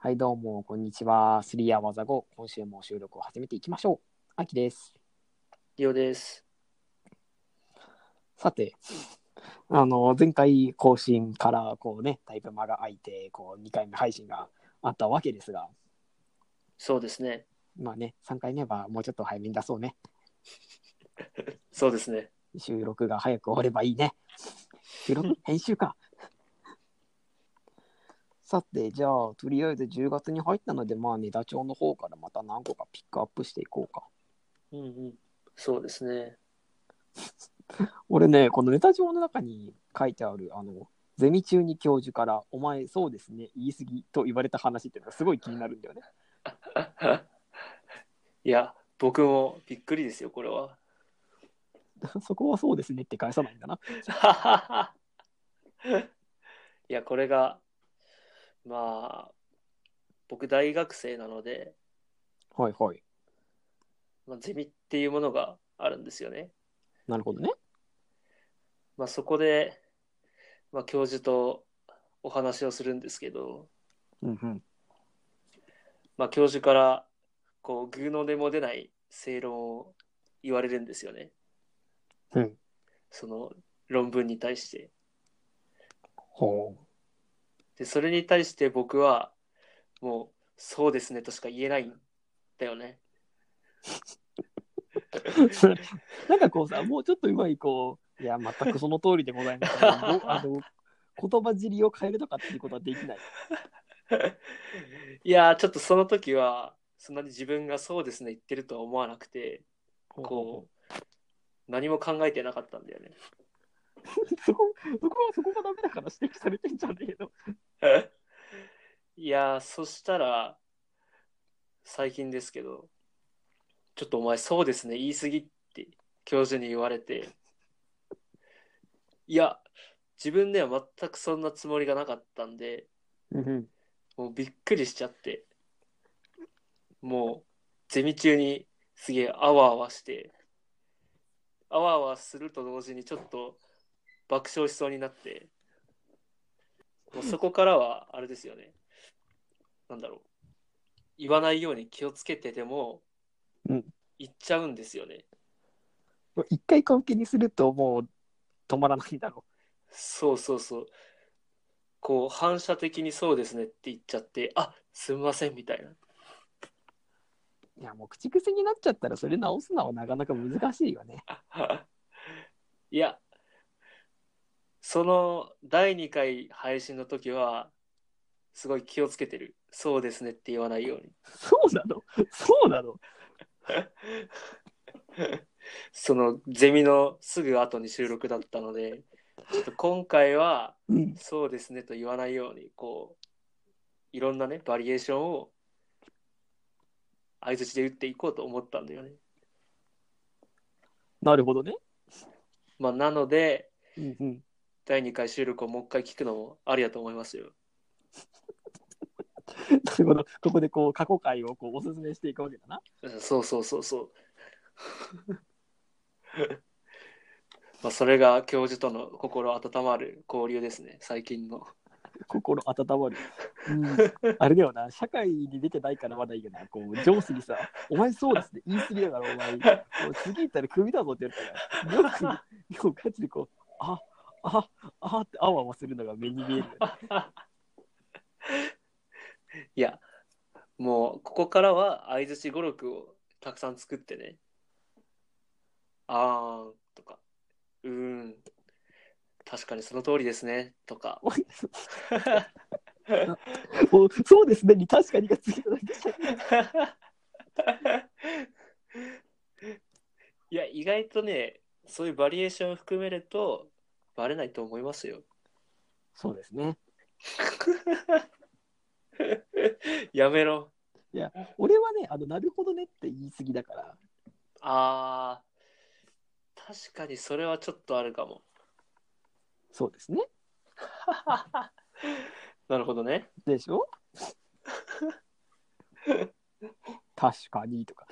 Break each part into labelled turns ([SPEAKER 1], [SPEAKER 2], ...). [SPEAKER 1] はい、どうも、こんにちは。スリーアワーザゴ、今週も収録を始めていきましょう。秋です。
[SPEAKER 2] リオです。
[SPEAKER 1] さて、あの、前回更新から、こうね、だいぶ間が空いて、こう、2回目配信があったわけですが、
[SPEAKER 2] そうですね。
[SPEAKER 1] まあね、3回目はもうちょっと早めに出そうね。
[SPEAKER 2] そうですね。
[SPEAKER 1] 収録が早く終わればいいね。収録、編集か。さて、じゃあ、とりあえず10月に入ったので、まあ、ネタ帳の方からまた何個かピックアップしていこうか。
[SPEAKER 2] うんうん。そうですね。
[SPEAKER 1] 俺ね、このネタ帳の中に書いてある、あの、ゼミ中に教授から、お前、そうですね、言い過ぎと言われた話っていうのがすごい気になるんだよね。
[SPEAKER 2] いや、僕もびっくりですよ、これは。
[SPEAKER 1] そこはそうですねって返さないんだな。
[SPEAKER 2] いや、これが、まあ、僕大学生なので、
[SPEAKER 1] はいはい。
[SPEAKER 2] まあ、ゼミっていうものがあるんですよね。
[SPEAKER 1] なるほどね。
[SPEAKER 2] まあ、そこで、まあ、教授とお話をするんですけど、
[SPEAKER 1] うんうん。
[SPEAKER 2] まあ、教授からこう偶の根も出ない正論を言われるんですよね。
[SPEAKER 1] うん
[SPEAKER 2] その論文に対して。
[SPEAKER 1] ほう。
[SPEAKER 2] でそれに対して僕はもう「そうですね」としか言えないんだよね。
[SPEAKER 1] なんかこうさ、もうちょっとうまい、こう、いや、全くその通りでござ います。ごあの言葉尻を変えるとかっていうことはできない。
[SPEAKER 2] いやーちょっとその時はそんなに自分が「そうですね」言ってるとは思わなくてこう何も考えてなかったんだよね。
[SPEAKER 1] う。 そこ、そこはそこがダメだから指摘されてんじゃねえの。
[SPEAKER 2] いやーそしたら最近ですけどちょっとお前そうですね言い過ぎって教授に言われていや自分では全くそんなつもりがなかったんで
[SPEAKER 1] うんうん。
[SPEAKER 2] もうびっくりしちゃってもうゼミ中にすげえあわあわしてあわあわすると同時にちょっと爆笑しそうになってもうそこからはあれですよねなんだろう言わないように気をつけてても、
[SPEAKER 1] うん
[SPEAKER 2] 言っちゃうんですよね
[SPEAKER 1] もう一回関係にすると、もう止まらないんだろう。
[SPEAKER 2] そうそうそうこう反射的にそうですねって言っちゃってあすみませんみたいない
[SPEAKER 1] やもう口癖になっちゃったらそれ直すのはなかなか難しいよね。
[SPEAKER 2] いや、その第2回配信の時は、すごい気をつけてる。そうですねって言わないように。
[SPEAKER 1] そうなの そうなの
[SPEAKER 2] そのゼミのすぐ後に収録だったので、ちょっと今回は、
[SPEAKER 1] うん。
[SPEAKER 2] そうですねと言わないように、こう、いろんなね、バリエーションを相づちで打っていこうと思ったんだよね。
[SPEAKER 1] なるほどね。
[SPEAKER 2] まあ、なので、
[SPEAKER 1] うんうん。
[SPEAKER 2] 第2回収録をもう一回聞くのもありだと思いますよ。
[SPEAKER 1] なるほど。ここでこう過去回をこうおすすめしていくわけだな。
[SPEAKER 2] うんそうそうそうそう。 まあそれが教授との心温まる交流ですね、最近の。
[SPEAKER 1] 心温まる。うん、あれだよな、社会に出てないからまだいいよな。こう上司にさ、お前そうですね、言い過ぎだからお前、もう次行ったらクビだぞって言われたら、よく、よくガチでこう、あああってあわあわするのが目に見え るよね。
[SPEAKER 2] いや、もうここからは相づち語録をたくさん作ってね。あーんとか、うーん、確かにその通りですね、とか。
[SPEAKER 1] もうそうですねに確かにがついただけじゃん
[SPEAKER 2] いや、意外とね、そういうバリエーションを含めると、バレないと思いますよ。
[SPEAKER 1] そうですね。
[SPEAKER 2] やめろ。
[SPEAKER 1] 俺はね、あの、なるほどねって言い過ぎだから、
[SPEAKER 2] あー、確かにそれはちょっとあるかも。
[SPEAKER 1] そうですね。
[SPEAKER 2] なるほどね。
[SPEAKER 1] で しょ確かにとか。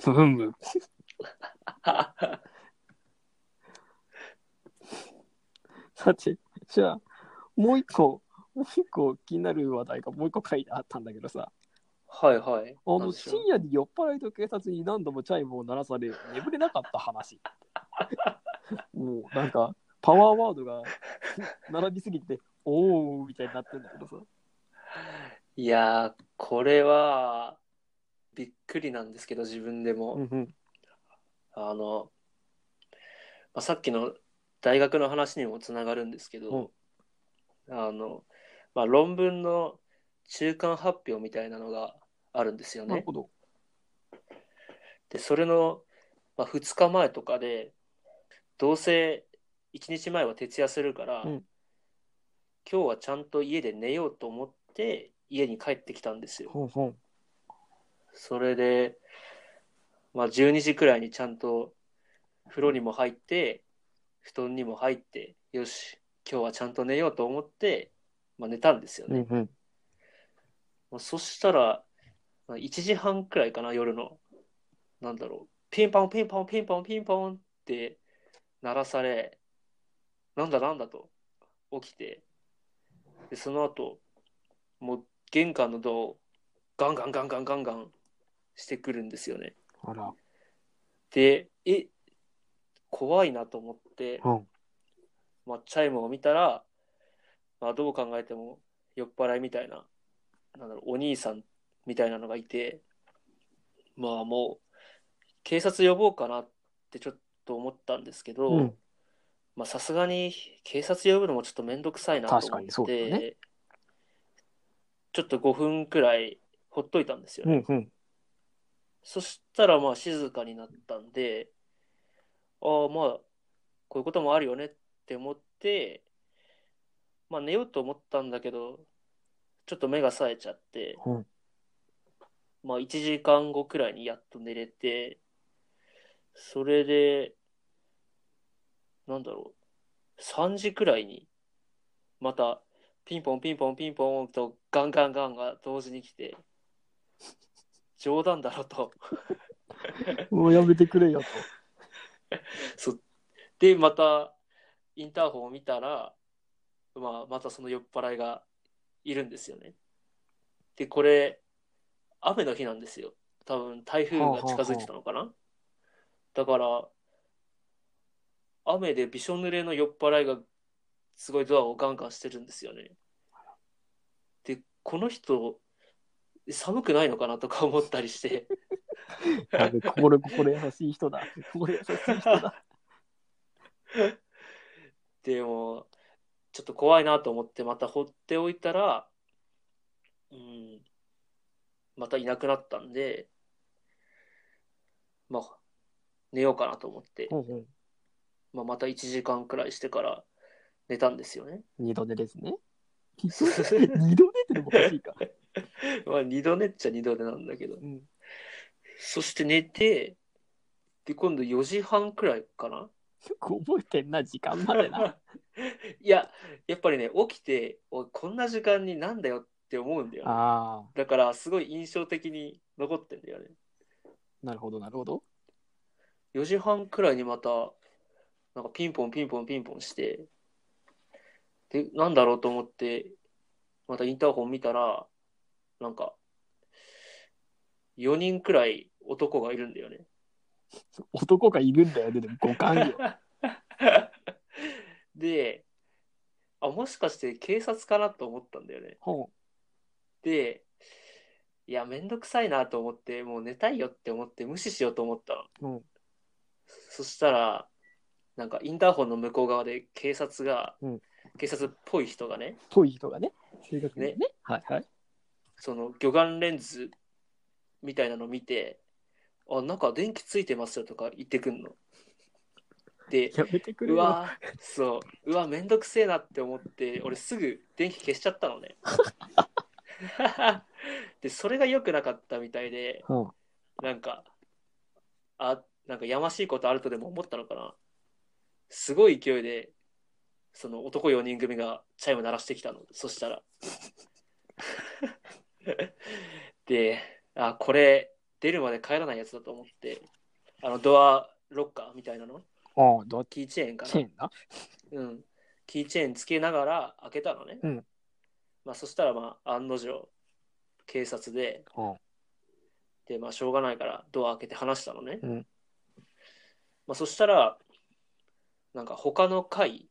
[SPEAKER 1] ふんむ。さて、じゃあ、もう一個、結構気になる話題がもう一個書いてあったんだけどさ、
[SPEAKER 2] はいはい。
[SPEAKER 1] あ
[SPEAKER 2] なん
[SPEAKER 1] の
[SPEAKER 2] でしょう
[SPEAKER 1] 深夜に酔っ払いと警察に何度もチャイムを鳴らされ、眠れなかった話。 もうなんか、パワーワードが並びすぎて、おーみたいになってんだけどさ。
[SPEAKER 2] いやー、これは、びっくりなんですけど、自分でも。
[SPEAKER 1] うん
[SPEAKER 2] あの、まあ、さっきの大学の話にもつながるんですけど、あの、まあ、論文の中間発表みたいなのがあるんですよ
[SPEAKER 1] なる
[SPEAKER 2] ね。
[SPEAKER 1] ほど。
[SPEAKER 2] で、それの、まあ、2日前とかで、どうせ1日前は徹夜するから、
[SPEAKER 1] うん
[SPEAKER 2] 今日はちゃんと家で寝ようと思って、家に帰ってきたんですよ。
[SPEAKER 1] ほんほん。
[SPEAKER 2] それで、まあ、12時くらいにちゃんと風呂にも入って布団にも入ってよし今日はちゃんと寝ようと思って、まあ、寝たんですよね、
[SPEAKER 1] ん
[SPEAKER 2] まあそしたら、まあ、1時半くらいかな夜のなんだろうピンポンピンポンピンポンピンポンって鳴らされなんだなんだと起きてでその後もう玄関のドアをガンガンガンガンガンガンしてくるんですよね
[SPEAKER 1] あら。
[SPEAKER 2] でえ怖いなと思って、
[SPEAKER 1] うん
[SPEAKER 2] まあ、チャイムを見たら、まあ、どう考えても酔っ払いみたいななんだろうお兄さんみたいなのがいてまあもう警察呼ぼうかなってちょっと思ったんですけど、
[SPEAKER 1] うん
[SPEAKER 2] まあさすがに警察呼ぶのもちょっと面倒くさいなと
[SPEAKER 1] 確か
[SPEAKER 2] 思っ
[SPEAKER 1] にそうだ
[SPEAKER 2] て、
[SPEAKER 1] ね
[SPEAKER 2] ちょっと5分くらいほっといたんですよね。
[SPEAKER 1] んうん。
[SPEAKER 2] そしたらまあ静かになったんで、ああまあ、こういうこともあるよねって思って、まあ寝ようと思ったんだけど、ちょっと目が冴えちゃって、
[SPEAKER 1] うん
[SPEAKER 2] まあ1時間後くらいにやっと寝れて、それで、なんだろう、3時くらいに、またピンポンピンポンピンポンとガンガンガンが同時に来て、冗談だろと。
[SPEAKER 1] もうやめてくれよと。
[SPEAKER 2] そうでまたインターホンを見たら、まあ、またその酔っ払いがいるんですよね。でこれ雨の日なんですよ多分台風が近づいてたのかな、だから雨でびしょ濡れの酔っ払いがすごいドアをガンガンしてるんですよね。でこの人寒くないのかなとか思ったりして。
[SPEAKER 1] やべ心心優しい人だ。心優しい人だ。
[SPEAKER 2] でもちょっと怖いなと思ってまた放っておいたら、うん、またいなくなったんでまあ寝ようかなと思って、
[SPEAKER 1] うんうん。
[SPEAKER 2] まあ、また1時間くらいしてから寝たんですよね。
[SPEAKER 1] 二度寝ですね。二度寝ってのもおかしいか。
[SPEAKER 2] まあ二度寝っちゃ二度寝なんだけど
[SPEAKER 1] うん。
[SPEAKER 2] そして寝てで今度4時半くらいかな
[SPEAKER 1] よく覚えてんな、時間までな。
[SPEAKER 2] いややっぱりね起きておいこんな時間になんだよって思うんだよね
[SPEAKER 1] ああ、
[SPEAKER 2] だからすごい印象的に残ってんだよね。
[SPEAKER 1] なるほど、なるほど。
[SPEAKER 2] 4時半くらいにまたなんかピンポンピンポンピンポンしてでなんだろうと思ってまたインターホン見たらなんか4人くらい男がいるんだよね。
[SPEAKER 1] 男がいるんだよね、でも五感よ。
[SPEAKER 2] であもしかして警察かなと思ったんだよね。
[SPEAKER 1] ほ
[SPEAKER 2] で、いや、めんどくさいなと思って、もう寝たいよって思って無視しようと思ったの。
[SPEAKER 1] うん
[SPEAKER 2] そしたら、なんかインターホンの向こう側で警察が、
[SPEAKER 1] うん
[SPEAKER 2] 警察っぽい人がね
[SPEAKER 1] う、、ぽい人がね。正確にね。はいはい。
[SPEAKER 2] その魚眼レンズみたいなの見て、あ、なんか電気ついてますよとか言ってくんの。 で、
[SPEAKER 1] やめてくれ
[SPEAKER 2] う
[SPEAKER 1] よ。
[SPEAKER 2] わーそううわめんどくせえなって思って俺すぐ電気消しちゃったの ねでそれが良くなかったみたいで
[SPEAKER 1] うん
[SPEAKER 2] なんかあなんかやましいことあるとでも思ったのかなすごい勢いでその男4人組がチャイム鳴らしてきたのそしたら であこれ出るまで帰らないやつだと思ってあのドアロッカーみたいなの
[SPEAKER 1] ああ、どっ
[SPEAKER 2] キーチェーンかな
[SPEAKER 1] ちんな。
[SPEAKER 2] うん、キーチェーンつけながら開けたのね。
[SPEAKER 1] うん
[SPEAKER 2] まあ、そしたら、まあ、案の定、警察で、
[SPEAKER 1] うん
[SPEAKER 2] で、まあ、しょうがないから、ドア開けて話したのね。
[SPEAKER 1] うん
[SPEAKER 2] まあ、そしたら、なんか、他の会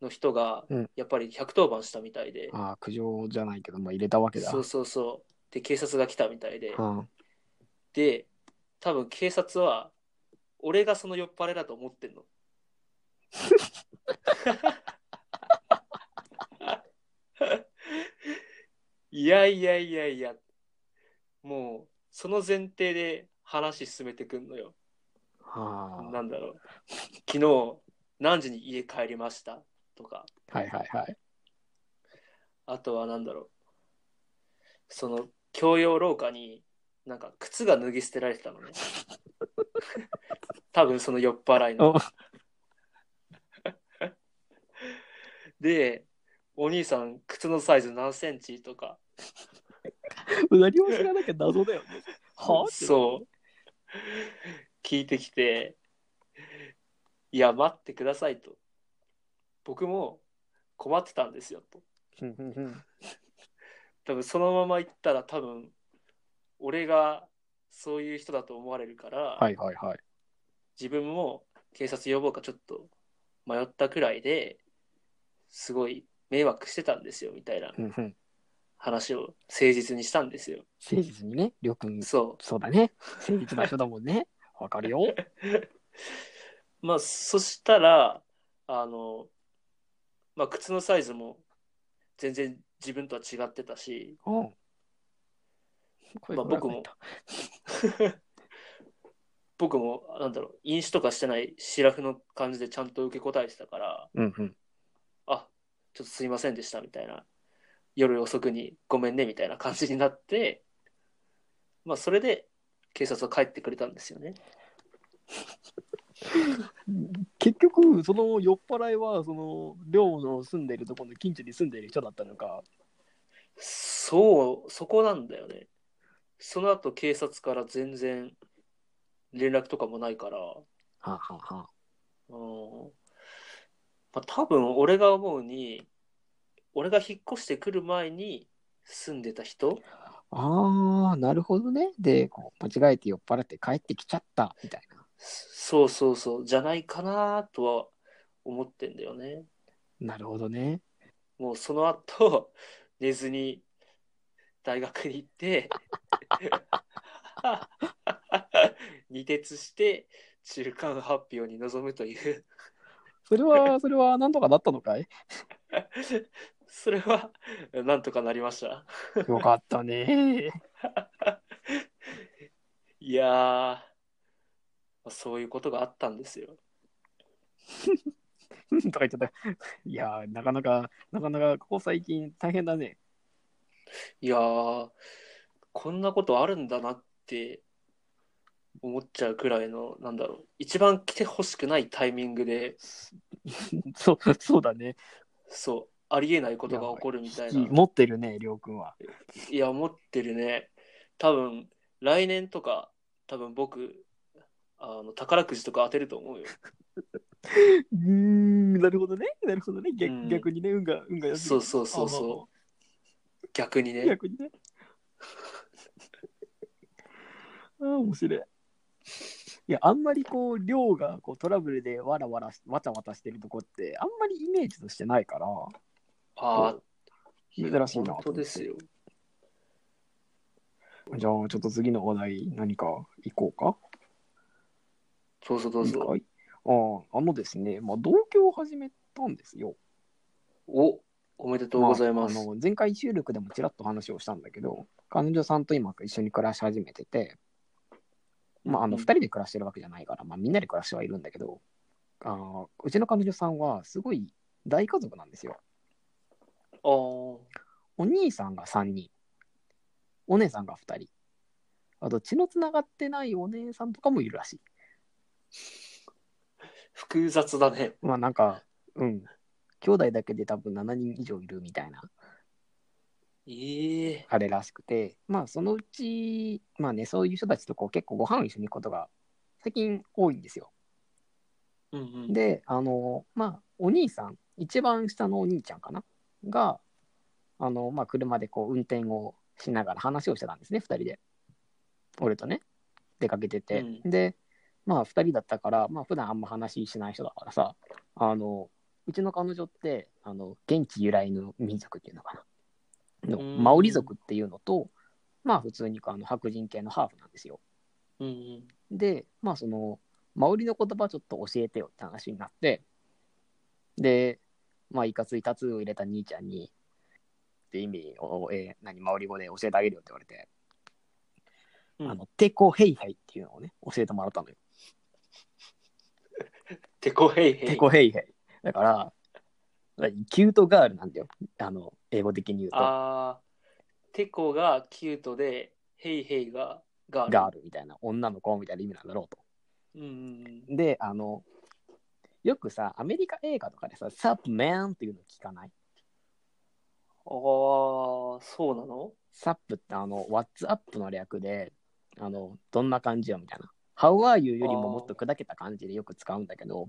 [SPEAKER 2] の人が
[SPEAKER 1] うん、
[SPEAKER 2] やっぱり110番したみたいで、
[SPEAKER 1] ああ、苦情じゃないけど、まあ、入れたわけだ。
[SPEAKER 2] そうそうそう。で、警察が来たみたいで、
[SPEAKER 1] うん、
[SPEAKER 2] で、多分警察は、俺がその酔っ払いだと思ってんの。 いやいやいやいや、もう、その前提で話進めてくんのよ。
[SPEAKER 1] は
[SPEAKER 2] なんだろう。昨日、何時に家帰りましたとか。
[SPEAKER 1] あ、はいはいはい。
[SPEAKER 2] あとは何だろうその共用廊下になんか靴が脱ぎ捨てられてたのね 多分その酔っ払いの
[SPEAKER 1] お
[SPEAKER 2] でお兄さん靴のサイズ何センチとか
[SPEAKER 1] 何も知らなきゃ謎だよね。はあ
[SPEAKER 2] そう聞いてきていや待ってくださいと僕も困ってたんですよと
[SPEAKER 1] う。うんうんうん
[SPEAKER 2] 多分そのまま行ったら多分俺がそういう人だと思われるから、
[SPEAKER 1] はいはいはい。
[SPEAKER 2] 自分も警察呼ぼうかちょっと迷ったくらいですごい迷惑してたんですよみたいな
[SPEAKER 1] うんうん、
[SPEAKER 2] 話を誠実にしたんですよ。
[SPEAKER 1] 誠実にね、りょうくん、
[SPEAKER 2] そ
[SPEAKER 1] そうだね。誠実な人だもんね。わかるよ。
[SPEAKER 2] う。まあそしたらあの、まあ、靴のサイズも全然自分とは違ってたし
[SPEAKER 1] うん。
[SPEAKER 2] まあ僕も僕もなんだろう飲酒とかしてないシラフの感じでちゃんと受け答えしてたから
[SPEAKER 1] うんうん。
[SPEAKER 2] あちょっとすいませんでしたみたいな夜遅くにごめんねみたいな感じになってまあそれで警察は帰ってくれたんですよね
[SPEAKER 1] 結局、その酔っ払いは、その、りょうの住んでいるところの近所に住んでいる人だったのか。
[SPEAKER 2] そうそこなんだよねその後警察から全然連絡とかもないから
[SPEAKER 1] はあ、はあはあ、
[SPEAKER 2] うんまあ多分俺が思うに俺が引っ越してくる前に住んでた人
[SPEAKER 1] ああ、なるほどね。で、こう間違えて酔っ払って帰ってきちゃったみたい
[SPEAKER 2] そうそうそうじゃないかなとは思ってんだよね
[SPEAKER 1] な。なるほどね。
[SPEAKER 2] もうその後 寝ずに大学に行って 二徹して中間発表に臨むという
[SPEAKER 1] それは、それはなんとかなったのかい
[SPEAKER 2] それはなんとかなりました
[SPEAKER 1] よかったね。
[SPEAKER 2] いやーそういうことがあったんですよ
[SPEAKER 1] とか言っちゃった。いやー、なかなか、なかなか、ここ最近大変だね。
[SPEAKER 2] いやーこんなことあるんだなって思っちゃうくらいのなんだろう一番来てほしくないタイミングで
[SPEAKER 1] そう、そうだね。
[SPEAKER 2] そうありえないことが起こるみたいな
[SPEAKER 1] 持ってるね、りょうくんは。
[SPEAKER 2] いや、持ってるね。多分、来年とか、多分僕、あの、宝くじとか当てると思うよ。
[SPEAKER 1] うーん、なるほどね。なるほどね。逆,、
[SPEAKER 2] うん
[SPEAKER 1] 逆にね、運が、運が良すぎ
[SPEAKER 2] そ
[SPEAKER 1] る
[SPEAKER 2] うそうそう
[SPEAKER 1] あ
[SPEAKER 2] そう。逆に
[SPEAKER 1] まあ
[SPEAKER 2] ね。
[SPEAKER 1] 逆にね。 ああ、面白い。いや、あんまりこう、りょうがこうトラブルでわらわらし、わちゃわたしてるとこって、あんまりイメージとしてないから、
[SPEAKER 2] ああ、
[SPEAKER 1] 珍しいなと思っ
[SPEAKER 2] 本
[SPEAKER 1] て
[SPEAKER 2] 当ですよ。
[SPEAKER 1] じゃあ、ちょっと次の話題、何か行こうか。
[SPEAKER 2] そうそうどうぞ。
[SPEAKER 1] いいかいあああのですね、まあ、同居を始めたんですよ。
[SPEAKER 2] お、おめでとうございま
[SPEAKER 1] ああ
[SPEAKER 2] す。
[SPEAKER 1] の前回収録でもちらっと話をしたんだけど、彼女さんと今一緒に暮らし始めてて、まあ、あの
[SPEAKER 2] う
[SPEAKER 1] 2
[SPEAKER 2] ん
[SPEAKER 1] 人で暮らしてるわけじゃないから、まあ、みんなで暮らしてはいるんだけどあのうちの彼女さんはすごい大家族なんですよ。
[SPEAKER 2] あー
[SPEAKER 1] お兄さんが3人、お姉さんが2人、あと血のつながってないお姉さんとかもいるらしい。
[SPEAKER 2] 複雑だね。
[SPEAKER 1] まあなんか、うん、兄弟だけで多分7人以上いるみたいな
[SPEAKER 2] ええ
[SPEAKER 1] あれらしくて、まあそのうち、まあね、そういう人たちとこう結構ご飯を一緒に行くことが最近多いんですよ。
[SPEAKER 2] うんうん。
[SPEAKER 1] で、あの、まあお兄さん、一番下のお兄ちゃんかなが、ああの、まあ、車でこう運転をしながら話をしてたんですね、2人で。俺とね、出かけてて。
[SPEAKER 2] う
[SPEAKER 1] で、まあ、2人だったから、まあ、普段あんま話しない人だからさ、あの、うちの彼女って、あの、現地由来の民族っていうのかな。の
[SPEAKER 2] うん
[SPEAKER 1] マオリ族っていうのと、まあ、普通にあの白人系のハーフなんですよ。
[SPEAKER 2] うんうん
[SPEAKER 1] で、まあその、マオリの言葉ちょっと教えてよって話になって、で、まあいかついタツーを入れた兄ちゃんに、って意味を、えー何、マオリ語で教えてあげるよって言われて、
[SPEAKER 2] うん
[SPEAKER 1] あの、テコヘイヘイっていうのをね、教えてもらったのよ。
[SPEAKER 2] テコヘイヘ
[SPEAKER 1] テ
[SPEAKER 2] イ。
[SPEAKER 1] コヘイヘイ。だから、キュートガールなんだよ。あの、英語的に言うと、
[SPEAKER 2] あーテコがキュートで、ヘイヘイがガール。
[SPEAKER 1] ガールみたいな、女の子みたいな意味なんだろうと。
[SPEAKER 2] うんうん
[SPEAKER 1] で、あの、よくさ、アメリカ映画とかでさ、サップメンっていうの聞かない
[SPEAKER 2] うん、ああ、そうなの
[SPEAKER 1] サップってあの、WhatsApp の略で、あの、どんな感じよみたいな。How are you よりももっと砕けた感じでよく使うんだけど、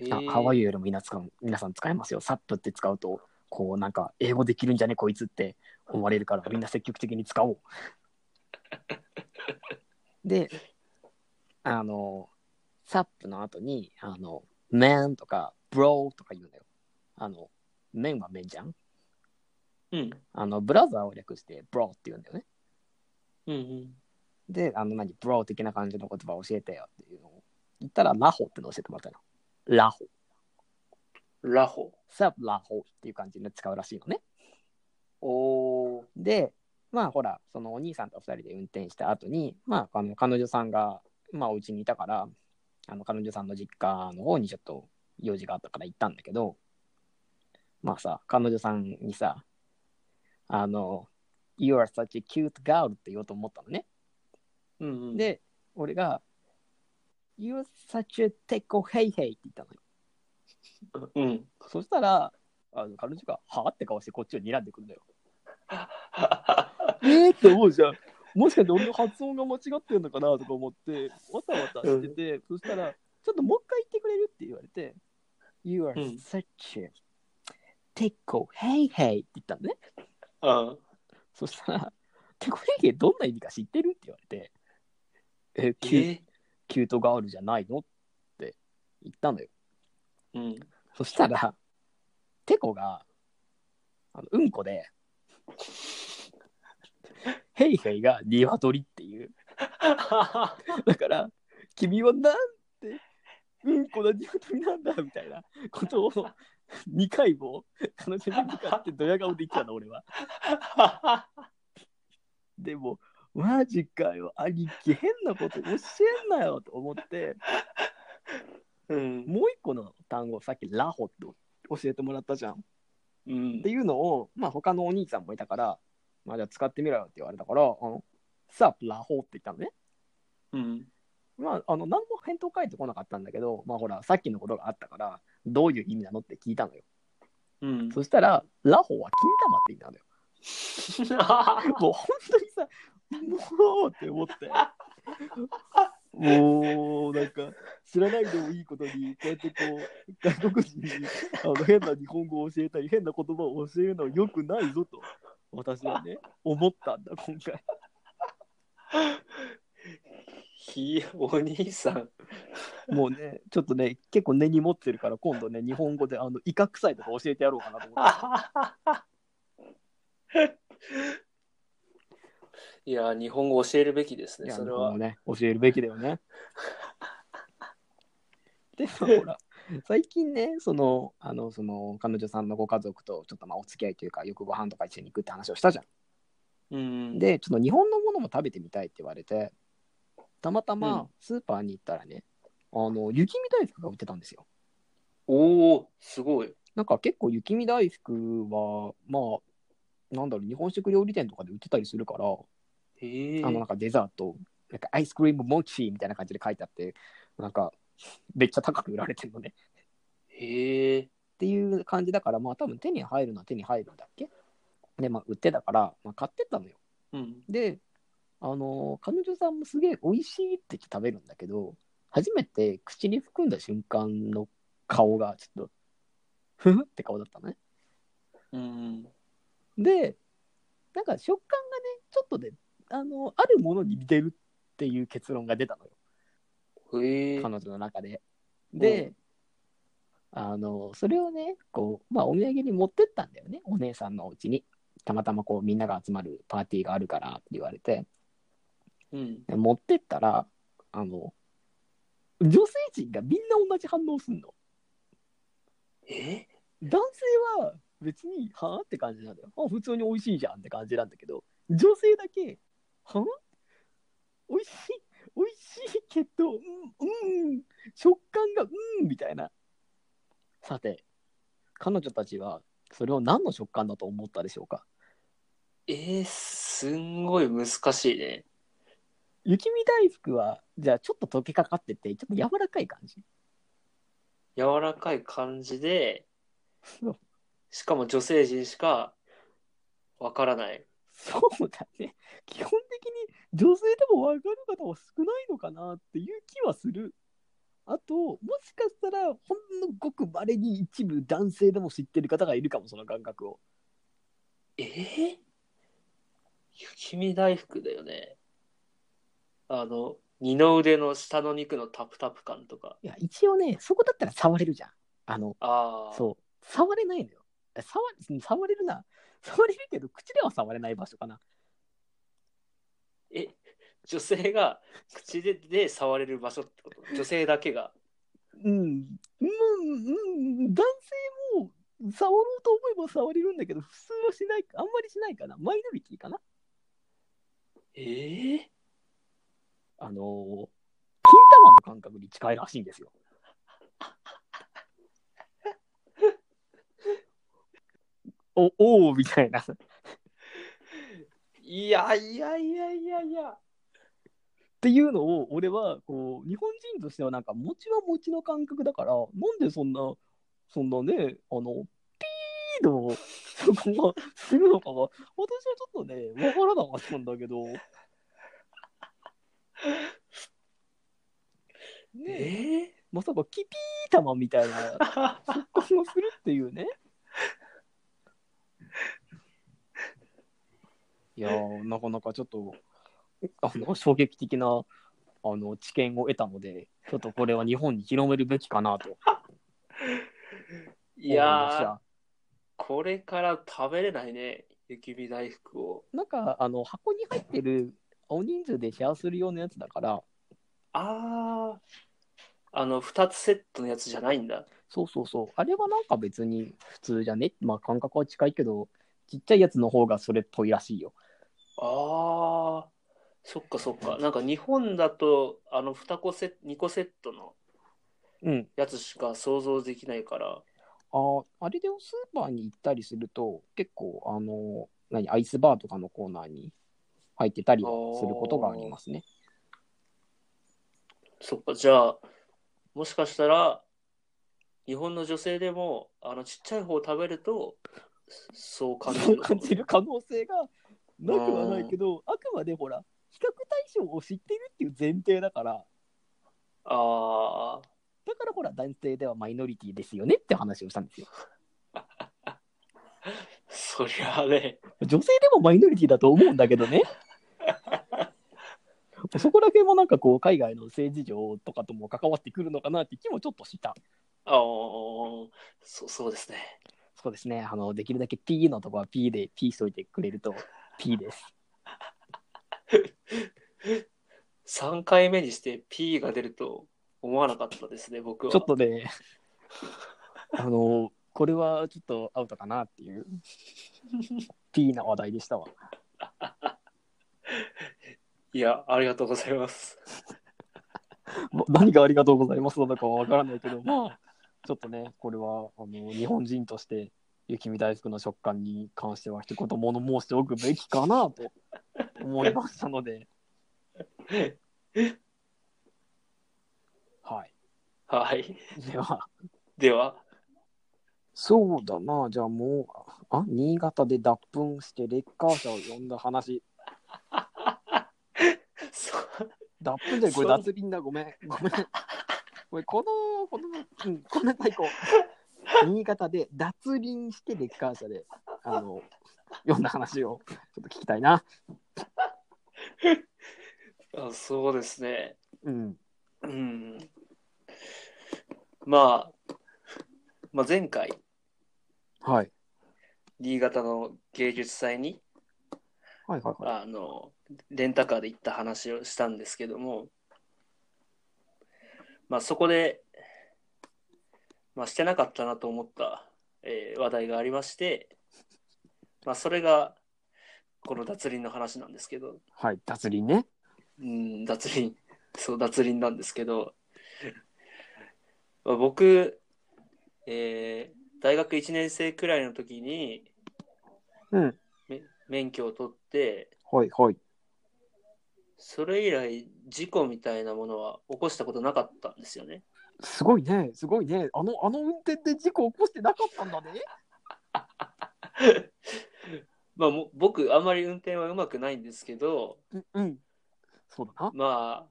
[SPEAKER 2] へ
[SPEAKER 1] あ
[SPEAKER 2] ー
[SPEAKER 1] How are you よりもみんな使う皆さん使いますよ。サップって使うと、こうなんか、英語できるんじゃねこいつって思われ るから、みんな積極的に使おう。で、あの、サップの後に、あの、man とか bro とか言うんだよ。あの、men は men じゃん。
[SPEAKER 2] うん。
[SPEAKER 1] あの、ブラザーを略して bro って言うんだよね。
[SPEAKER 2] うんうん。
[SPEAKER 1] で、あの何、ブロー的な感じの言葉を教えてよっていうのを言ったら、ラホってのを教えてもらったの。ラホ。
[SPEAKER 2] ラホ。
[SPEAKER 1] サブラホっていう感じで使うらしいのね。
[SPEAKER 2] おー。
[SPEAKER 1] で、まあほら、そのお兄さんと二人で運転した後に、まああの彼女さんが、まあお家にいたから、あの彼女さんの実家の方にちょっと用事があったから行ったんだけど、まあさ、彼女さんにさ、あの、You are such a cute girl って言おうと思ったのね。
[SPEAKER 2] うんうん、
[SPEAKER 1] で、俺が、You're such a teco hey hey って言ったのよ。
[SPEAKER 2] うん。
[SPEAKER 1] そしたら、あの彼女が、はあって顔してこっちを睨んでくるんだよ。えーって思うじゃん。 もしかして俺の発音が間違ってんのかなとか思って、わたわたしてて、そしたら、ちょっともう一回言ってくれるって言われて、You
[SPEAKER 2] う
[SPEAKER 1] are
[SPEAKER 2] ん
[SPEAKER 1] such a teco hey hey って言ったのね。
[SPEAKER 2] うん
[SPEAKER 1] そしたら、テコヘイヘイどんな意味か知ってるって言われて、え、
[SPEAKER 2] え
[SPEAKER 1] キュキュートガールじゃないのって言ったのよ。
[SPEAKER 2] うん。
[SPEAKER 1] そしたら、テコが、あのうんこで、ヘイヘイが鶏っていう。だから、君はなんて、うんこだ鶏なんだみたいなことを2回も彼女に向かってドヤ顔で言ってたの、俺は。でも、マジかよ、兄貴、変なこと教えんなよと思って、
[SPEAKER 2] うん。
[SPEAKER 1] もう一個の単語、さっきラホって教えてもらったじゃん。
[SPEAKER 2] うん
[SPEAKER 1] って。いうのを、まあ、他のお兄さんもいたから、まあ、じゃあ使ってみろよって言われたから、あのさあ、ラホって言ったのね。
[SPEAKER 2] うん。
[SPEAKER 1] まあ、あの、何も返答返ってこなかったんだけど、まあ、ほら、さっきのことがあったから、どういう意味なのって聞いたのよ。
[SPEAKER 2] うん。
[SPEAKER 1] そしたら、ラホは金玉って意味なのよ。 もう本当にさ、もうって思って。もうなんか知らないでもいいことにこうやってこう外国人にあの変な日本語を教えたり変な言葉を教えるのはよくないぞと私はね思ったんだ今回
[SPEAKER 2] ひお兄さん。
[SPEAKER 1] もうねちょっとね結構根に持ってるから今度ね日本語であの威嚇臭いとか教えてやろうかなと思って
[SPEAKER 2] いや、日本語教えるべきです
[SPEAKER 1] い
[SPEAKER 2] ね、
[SPEAKER 1] や
[SPEAKER 2] それ
[SPEAKER 1] 僕
[SPEAKER 2] は
[SPEAKER 1] も。ね、教えるべきだよ ね。で、まあほら、最近ね、その、あの、その、彼女さんのご家族と、ちょっとまあ、お付き合いというか、よくご飯とか一緒に行くって話をしたじゃ
[SPEAKER 2] うん
[SPEAKER 1] ん。。で、ちょっと日本のものも食べてみたいって言われて、たまた
[SPEAKER 2] う
[SPEAKER 1] まスーパーに行ったらね、あの、雪見大福が売ってたんですよ。
[SPEAKER 2] おお、すごい。
[SPEAKER 1] なんか結構雪見大福は、まあ、なんだろう、日本食料理店とかで売ってたりするから、
[SPEAKER 2] へえ。
[SPEAKER 1] あのなんかデザート、なんかアイスクリームモチみたいな感じで書いてあって、なんかめっちゃ高く売られてるのね。っ
[SPEAKER 2] へえ。
[SPEAKER 1] ていう感じだから、まあ多分手に入るのは手に入るんだっけで、まあ売ってたから、まあ、買ってったのよ。
[SPEAKER 2] うん。
[SPEAKER 1] で、あのー彼女さんもすげえ美味しいって言って食べるんだけど、初めて口に含んだ瞬間の顔がちょっと、ふふって顔だったのね。
[SPEAKER 2] うん。
[SPEAKER 1] で、なんか食感がね、ちょっとで、あの、あるものに似てるっていう結論が出たのよ、
[SPEAKER 2] へえ
[SPEAKER 1] 彼女の中で。で、あの、それをね、こう、まあ、お土産に持ってったんだよね、お姉さんのお家に。たまたまこう、みんなが集まるパーティーがあるからって言われて、
[SPEAKER 2] うん
[SPEAKER 1] で持ってったら、あの、女性陣がみんな同じ反応すんの。
[SPEAKER 2] え
[SPEAKER 1] 男性は別に「はあ?」って感じなんだよ。あ普通に美味しいじゃんって感じなんだけど女性だけ「はあ美味しい美味しいけどうんうん食感がうん」みたいな。さて彼女たちはそれを何の食感だと思ったでしょうか
[SPEAKER 2] えー、すんごい難しいね。
[SPEAKER 1] 雪見大福はじゃあちょっと溶けかかっててちょっと柔らかい感じ。
[SPEAKER 2] 柔らかい感じで、
[SPEAKER 1] そう
[SPEAKER 2] しかも女性陣しかわからない。
[SPEAKER 1] そうだね基本的に女性でも分かる方は少ないのかなっていう気はするあともしかしたらほんのごくまれに一部男性でも知ってる方がいるかもその感覚を
[SPEAKER 2] えー、雪見大福だよね。あの、二の腕の下の肉のタプタプ感とか。
[SPEAKER 1] いや一応ねそこだったら触れるじゃんあの
[SPEAKER 2] ああ、
[SPEAKER 1] そう触れないのよえ触触れるな触れるけど口では触れない場所かな
[SPEAKER 2] え、女性が口でで触れる場所ってこと女性だけが。
[SPEAKER 1] うん、うん、うん、男性も触ろうと思えば触れるんだけど普通はしないあんまりしないかなマイノリティかな
[SPEAKER 2] えー、
[SPEAKER 1] あのー金玉の感覚に近いらしいんですよ。 おおーみたいな。っ
[SPEAKER 2] いやいやいやいやいや。
[SPEAKER 1] ていうのを俺はこう日本人としてはなんか餅は餅の感覚だからなんでそんなそんなねあのピーのそこがするのかが私はちょっとねわからなかったんだけど。ねえ
[SPEAKER 2] え
[SPEAKER 1] まさかキピー玉みたいな
[SPEAKER 2] ー、
[SPEAKER 1] これをするっていうね。いやーなかなかちょっとあの衝撃的なあの知見を得たのでちょっとこれは日本に広めるべきかなと思い
[SPEAKER 2] い
[SPEAKER 1] まし
[SPEAKER 2] やー
[SPEAKER 1] た。
[SPEAKER 2] これから食べれないね雪見大福を
[SPEAKER 1] なんかあの箱に入ってる大人数でシェアするようなやつだから
[SPEAKER 2] あああの2つセットのやつじゃないんだ
[SPEAKER 1] そうそうそうあれはなんか別に普通じゃねまあ感覚は近いけどちっちゃいやつの方がそれっぽいらしいよ。
[SPEAKER 2] ああそっかそっかなんか日本だとあの2個セ2個セットの
[SPEAKER 1] うん
[SPEAKER 2] やつしか想像できないから
[SPEAKER 1] ああれでスーパーに行ったりすると結構あの何アイスバーとかのコーナーに入ってたりはすることがありますね。
[SPEAKER 2] そっかじゃあもしかしたら日本の女性でもあのちっちゃい方を食べるとそう感じ
[SPEAKER 1] そう
[SPEAKER 2] るのか
[SPEAKER 1] 感
[SPEAKER 2] も
[SPEAKER 1] じる可能性がなくはないけどあくまでほら比較対象を知っているっていう前提だから
[SPEAKER 2] ああ
[SPEAKER 1] だからほら男性ではマイノリティですよねって話をしたんですよ。
[SPEAKER 2] そりゃあね
[SPEAKER 1] 女性でもマイノリティだと思うんだけどね。そこだけもなんかこう海外の政治情とかとも関わってくるのかなって気もちょっとした。
[SPEAKER 2] ああそうそうですね
[SPEAKER 1] そうですね。あの、できるだけ P のとこは P で P しといてくれると P です。
[SPEAKER 2] 3回目にして P が出ると思わなかったですね、僕は。
[SPEAKER 1] ちょっとね、 あの、これはちょっとアウトかなっていう P な話題でしたわ。
[SPEAKER 2] いや、ありがとうございます。
[SPEAKER 1] ま何がありがとうございますなのかはわからないけど、まあ、ちょっとね、これはあの日本人として雪見大福の食感に関しては一言物申しておくべきかなと思いましたので、はい。
[SPEAKER 2] はい。
[SPEAKER 1] では。
[SPEAKER 2] では、
[SPEAKER 1] そうだな、じゃあもう、あ、新潟で脱粉してレッカー車を呼んだ話。
[SPEAKER 2] そ
[SPEAKER 1] 脱粉じゃない、これ
[SPEAKER 2] そう
[SPEAKER 1] 脱輪だ、ごめん。ごめん。これ、この、この、うん、ごめんなさい、こう。新潟で脱輪してレッカー車で、あの、ような話をちょっと聞きたいな。
[SPEAKER 2] あそうですね。
[SPEAKER 1] うん。
[SPEAKER 2] うん。まあ、まあ、前回、
[SPEAKER 1] はい。
[SPEAKER 2] 新潟の芸術祭に、
[SPEAKER 1] はいはいはい。
[SPEAKER 2] あの、レンタカーで行った話をしたんですけども、まあ、そこで、まあ、してなかったなと思った、えー話題がありまして、まあ、それが、この脱輪の話なんですけど、
[SPEAKER 1] はい。脱輪ね。
[SPEAKER 2] うん、脱輪。そう、脱輪なんですけど、まあ僕、えー大学1年生くらいの時に、
[SPEAKER 1] うん
[SPEAKER 2] め免許を取って、
[SPEAKER 1] はいはい。
[SPEAKER 2] それ以来、事故みたいなものは起こしたことなかったんです よね。
[SPEAKER 1] すごいね。すごいね。あの、あの運転で事故起こしてなかったんだね。
[SPEAKER 2] まあ、も僕、あんまり運転はうまくないんですけど、
[SPEAKER 1] うん。うん。そうだな。
[SPEAKER 2] ま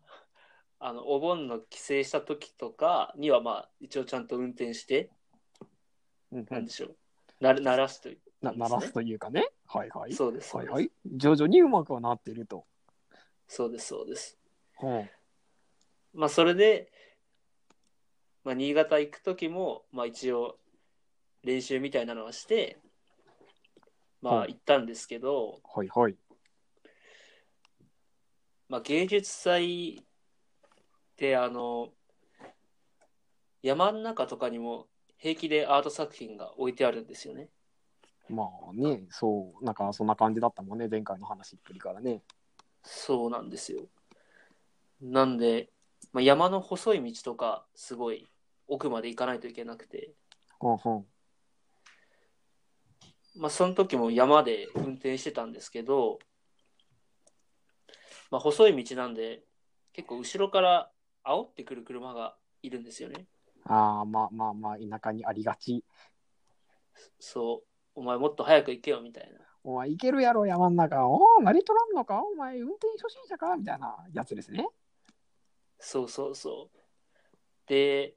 [SPEAKER 2] あ、あの、お盆の帰省した時とかには、まあ、一応ちゃんと運転して、
[SPEAKER 1] うん、
[SPEAKER 2] なんでしょう、な鳴らすという。
[SPEAKER 1] な鳴らすというかね。はいはい。
[SPEAKER 2] そうです、そう
[SPEAKER 1] はい
[SPEAKER 2] です。
[SPEAKER 1] はい。徐々にうまくはなっていると。
[SPEAKER 2] そうです、そうです。
[SPEAKER 1] は
[SPEAKER 2] まあ、それで、まあ、新潟行く時も、まあ、一応、練習みたいなのはして、まあ、
[SPEAKER 1] はい
[SPEAKER 2] 行ったんですけど、
[SPEAKER 1] あ、はいはい。
[SPEAKER 2] まあ、芸術祭って、あの、山の中とかにも平気でアート作品が置いてあるんですよね。
[SPEAKER 1] まあね、そう、なんかそんな感じだったもんね、前回の話っぷりからね。
[SPEAKER 2] そうなんですよ。なんで、まあ、山の細い道とか、すごい奥まで行かないといけなくて、
[SPEAKER 1] ほんほん。
[SPEAKER 2] まあ、その時も山で運転してたんですけど、まあ、細い道なんで結構後ろから煽ってくる車がいるんですよね。
[SPEAKER 1] ああ、まあまあまあ、田舎にありがち。
[SPEAKER 2] そうお前もっと早く行けよみたいな。
[SPEAKER 1] お前、行けるやろ、山ん中。おお、何とらんのかお前、運転初心者かみたいなやつですね。
[SPEAKER 2] そうそうそう。で、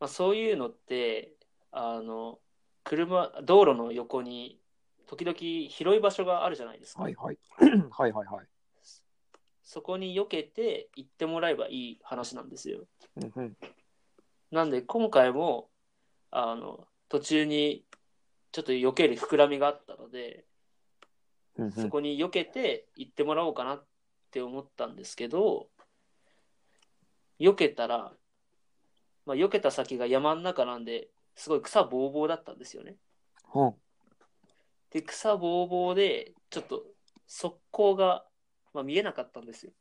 [SPEAKER 2] まあ、そういうのってあの車道路の横に時々広い場所があるじゃないですか。
[SPEAKER 1] はいはい。 はいはいはい。
[SPEAKER 2] そこに避けて行ってもらえばいい話なんですよ。
[SPEAKER 1] うんうん、
[SPEAKER 2] なんで今回もあの途中にちょっと避ける膨らみがあったので、
[SPEAKER 1] うんう
[SPEAKER 2] そ
[SPEAKER 1] ん、
[SPEAKER 2] こに避けて行ってもらおうかなって思ったんですけど避けたら、まあ、避けた先が山の中なんですごい草ぼうぼうだったんですよね。
[SPEAKER 1] ほん。
[SPEAKER 2] で草ぼうぼうでちょっと側溝が、まあ、見えなかったんですよ。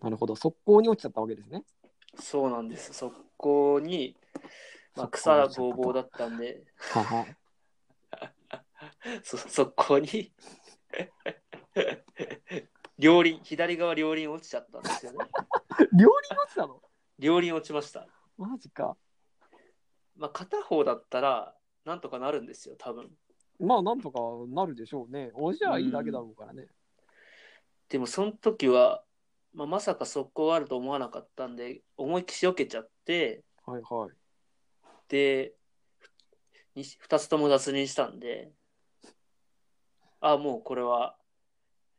[SPEAKER 1] なるほど、速攻に落ちちゃったわけですね。
[SPEAKER 2] そうなんです側溝に、まあ、草
[SPEAKER 1] 側溝
[SPEAKER 2] ぼ
[SPEAKER 1] に
[SPEAKER 2] う
[SPEAKER 1] 落ちちゃったと
[SPEAKER 2] ぼうだったんで
[SPEAKER 1] はは。
[SPEAKER 2] そ、そこに 両輪、左側両輪落ちちゃったんですよね。
[SPEAKER 1] 両輪落ちたの
[SPEAKER 2] 両輪落ちました。
[SPEAKER 1] マジか。
[SPEAKER 2] まあ、片方だったら、なんとかなるんですよ、多分。
[SPEAKER 1] まあ、なんとかなるでしょうね。おじゃいいだけだろうからね。
[SPEAKER 2] でも、その時は、まあ、まさか速攻あると思わなかったんで、思いっきし避けちゃって、
[SPEAKER 1] はいはい。
[SPEAKER 2] で、に二つとも脱輪したんで、ああ、もうこれは、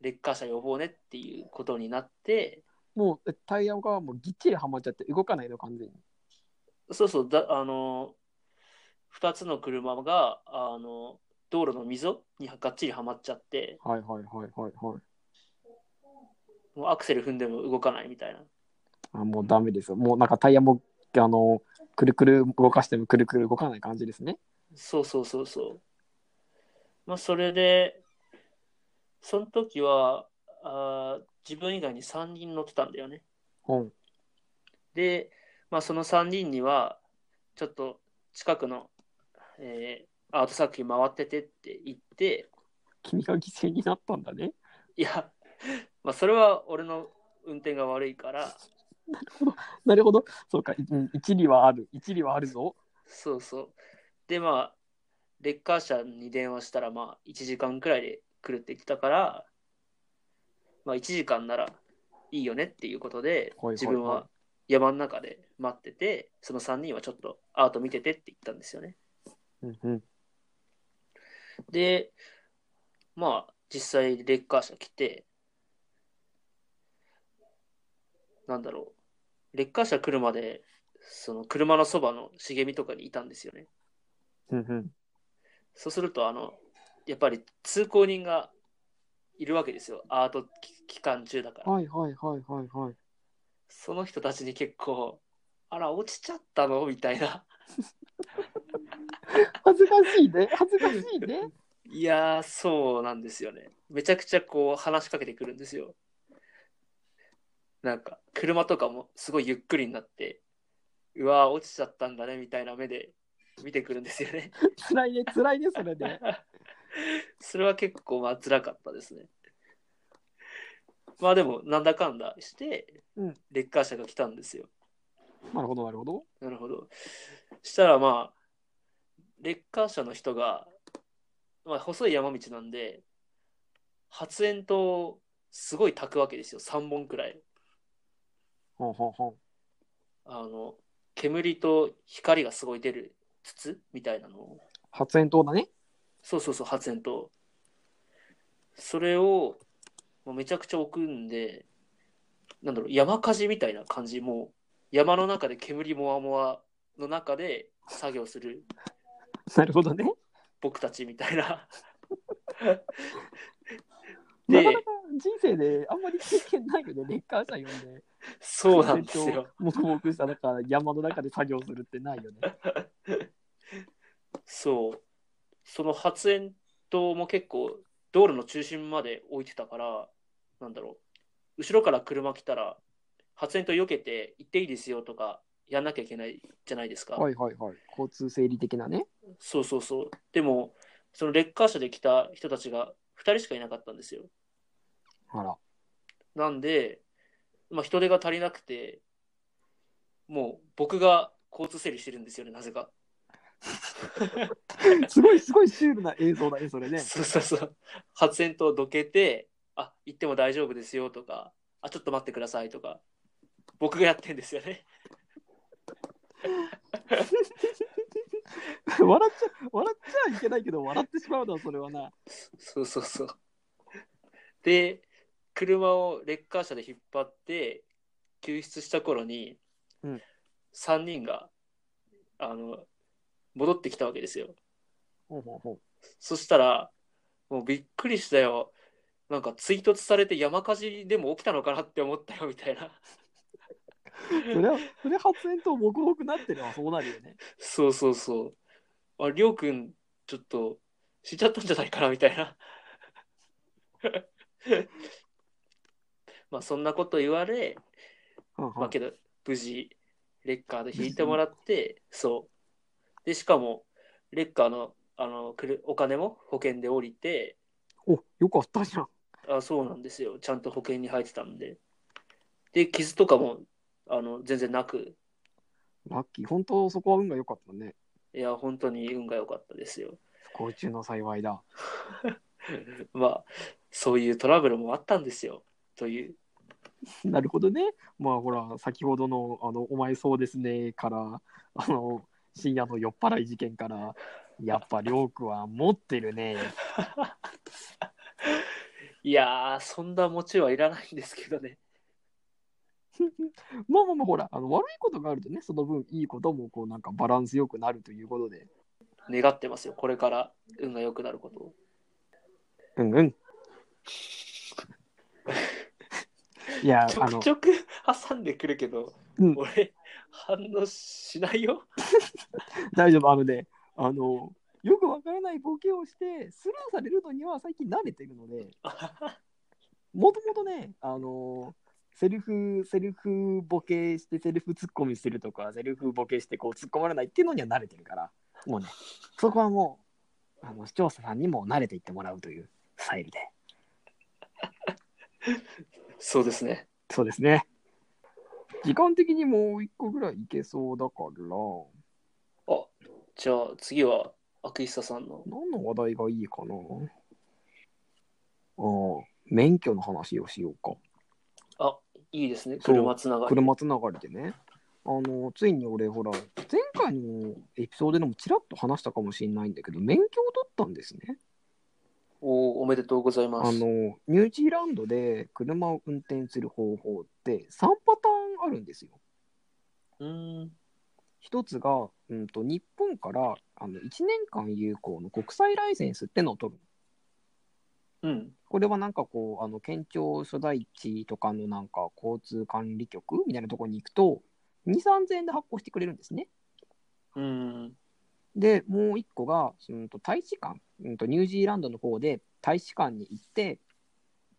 [SPEAKER 2] レッカー車呼ぼうねっていうことになって、
[SPEAKER 1] もう、えタイヤがもうぎっちりはまっちゃって動かないの、完全に。
[SPEAKER 2] そうそう、だあの、2つの車が、あの、道路の溝にがっちりはまっちゃって、
[SPEAKER 1] はいはいはいはいはい。
[SPEAKER 2] もうアクセル踏んでも動かないみたいな。
[SPEAKER 1] あもうダメですよ。もうなんかタイヤも、あの、くるくる動かしてもくるくる動かない感じですね。
[SPEAKER 2] そうそうそうそう。まあ、それで、その時は、あー自分以外に3人乗ってたんだよね。
[SPEAKER 1] うん。
[SPEAKER 2] で、まあ、その3人には、ちょっと近くの、えーアート作品回っててって言って、
[SPEAKER 1] 君が犠牲になったんだね。
[SPEAKER 2] いや、 まあ、それは俺の運転が悪いから、
[SPEAKER 1] なるほど。そうか。うん一理はある。一理はあるぞ。
[SPEAKER 2] そうそう。で、まあ、レッカー車に電話したら、まあ、1時間くらいで来るって言ってたから、まあ、1時間ならいいよねっていうことで、
[SPEAKER 1] はいはいはい
[SPEAKER 2] 自分は山の中で待ってて、その3人はちょっとアート見ててって言ったんですよね。
[SPEAKER 1] うんうん。
[SPEAKER 2] で、まあ、実際レッカー車来て、なんだろう、レッカー車来るまで、その車のそばの茂みとかにいたんですよね。
[SPEAKER 1] うんうん。
[SPEAKER 2] そうすると、あの、やっぱり通行人がいるわけですよ。アート期期間中だから。
[SPEAKER 1] はいはいはいはいはい。
[SPEAKER 2] その人たちに結構、あら、落ちちゃったのみたいな。
[SPEAKER 1] 恥ずかしいね。恥ずかしいね。
[SPEAKER 2] いやー、そうなんですよね。めちゃくちゃこう話しかけてくるんですよ。なんか、車とかもすごいゆっくりになって、うわー、落ちちゃったんだね、みたいな目で見てくるんですよね。
[SPEAKER 1] 辛いね、辛いね、それで。
[SPEAKER 2] それは結構まあ辛かったですね。まあでも、なんだかんだして
[SPEAKER 1] うん、
[SPEAKER 2] レッカー車が来たんですよ。
[SPEAKER 1] なるほど、なるほど。
[SPEAKER 2] なるほど。したらまあ、レッカー車の人が、まあ、細い山道なんで、発煙筒をすごい焚くわけですよ、3本くらい。
[SPEAKER 1] ほんほんほん。
[SPEAKER 2] あの、煙と光がすごい出る筒みたいなのを。
[SPEAKER 1] 発煙筒だね。
[SPEAKER 2] そうそうそう、発煙筒。それを、もうめちゃくちゃ置くんで、なんだろう、山火事みたいな感じ、もう、山の中で煙もわもわの中で作業する
[SPEAKER 1] なるほどね。
[SPEAKER 2] 僕たちみた いな。
[SPEAKER 1] な
[SPEAKER 2] で
[SPEAKER 1] かなか 人生であんまり経験ないよね、レッカー車呼んで。
[SPEAKER 2] そうなんですよ。。
[SPEAKER 1] もくもくした中、山の中で作業するってないよね。
[SPEAKER 2] そう。その発煙筒も結構道路の中心まで置いてたから、なんだろう。後ろから車来たら、発煙筒避けて行っていいですよとかやんなきゃいけないじゃないですか。
[SPEAKER 1] はいはいはい。交通整理的なね。
[SPEAKER 2] そうそうそう。でも、そのレッカー車で来た人たちが2人しかいなかったんですよ。
[SPEAKER 1] あら。
[SPEAKER 2] なんで、まあ、人手が足りなくて、もう僕が交通整理してるんですよね、なぜか。
[SPEAKER 1] すごいすごいシュールな映像だね、それね。
[SPEAKER 2] そうそうそう。発煙筒どけて、あ、行っても大丈夫ですよとか、あ、ちょっと待ってくださいとか、僕がやってんですよね。
[SPEAKER 1] 笑っちゃ、笑っちゃいけないけど、笑ってしまうな、それはな。
[SPEAKER 2] そうそうそう。で、車をレッカー車で引っ張って、救出した頃に、
[SPEAKER 1] うん
[SPEAKER 2] 3人が、あの、戻ってきたわけですよ。
[SPEAKER 1] ほうほうほう。
[SPEAKER 2] そしたら、もうびっくりしたよ。なんか追突されて山火事でも起きたのかなって思ったよみたいな。
[SPEAKER 1] それは、それ発煙筒もくもくなってればそうなるよね。
[SPEAKER 2] そうそうそう。あ、りょうくん、ちょっと死んじゃったんじゃないかなみたいな。 まあそんなこと言われ、
[SPEAKER 1] はあ
[SPEAKER 2] ま
[SPEAKER 1] は
[SPEAKER 2] あけど無事、レッカーで引いてもらって、そう。で、しかも、レッカーの、あの、くるお金も保険で降りて、
[SPEAKER 1] お、よかったじゃん。
[SPEAKER 2] あ、そうなんですよ。ちゃんと保険に入ってたんで。で、傷とかも、あの、全然なく、
[SPEAKER 1] ラッキー。本当そこは運が良かったね。
[SPEAKER 2] いや、本当に運が良かったですよ。
[SPEAKER 1] 不幸中の幸いだ。
[SPEAKER 2] まあ、そういうトラブルもあったんですよ。という。
[SPEAKER 1] なるほどね。まあほら、先ほどの、あの、お前そうですね、から、あの、深夜の酔っ払い事件から、やっぱりょうくは持ってるね。
[SPEAKER 2] いやー、そんな持ちはいらないんですけどね。
[SPEAKER 1] まあまあまあほら、あの悪いことがあるとね、その分いいこともこうなんかバランスよくなるということで。
[SPEAKER 2] 願ってますよ。これから運が良くなることを。
[SPEAKER 1] うんうん。いや
[SPEAKER 2] ち、
[SPEAKER 1] あ
[SPEAKER 2] ょく
[SPEAKER 1] の
[SPEAKER 2] ち、ょく挟んでくるけど、
[SPEAKER 1] うん
[SPEAKER 2] 俺、反応しないよ。
[SPEAKER 1] 大丈夫、あのね、あの、よくわからないボケをして、スルーされるのには最近慣れてるので、もともとね、あのーセルフ、セルフボケして、セルフツッコミするとか、セルフボケして、こう、突っ込まれないっていうのには慣れてるから、もうね、そこはもう、あの、視聴者さんにも慣れていってもらうというスタイルで。
[SPEAKER 2] そうですね。
[SPEAKER 1] そうですね。時間的にもう一個ぐらいいけそうだから、
[SPEAKER 2] あ、じゃあ次は、アクイサさんの。
[SPEAKER 1] 何の話題がいいかなああ、免許の話をしようか。
[SPEAKER 2] いいですね。
[SPEAKER 1] そう
[SPEAKER 2] 車つながり。
[SPEAKER 1] 車つながりでねあのついに俺ほら前回のエピソードでもちらっと話したかもしれないんだけど免許を取ったんですね
[SPEAKER 2] おおーおめでとうございます。
[SPEAKER 1] あの、ニュージーランドで車を運転する方法って3パターンあるんですよ。
[SPEAKER 2] うーん。
[SPEAKER 1] 一つが、うん、と日本からあの1年間有効の国際ライセンスってのを取る。
[SPEAKER 2] うん。
[SPEAKER 1] これはなんかこう、あの県庁所在地とかのなんか交通管理局みたいなところに行くと、2、3000円で発行してくれるんですね。
[SPEAKER 2] うん。
[SPEAKER 1] で、もう一個が、そのと大使館、うんと、ニュージーランドの方で大使館に行って、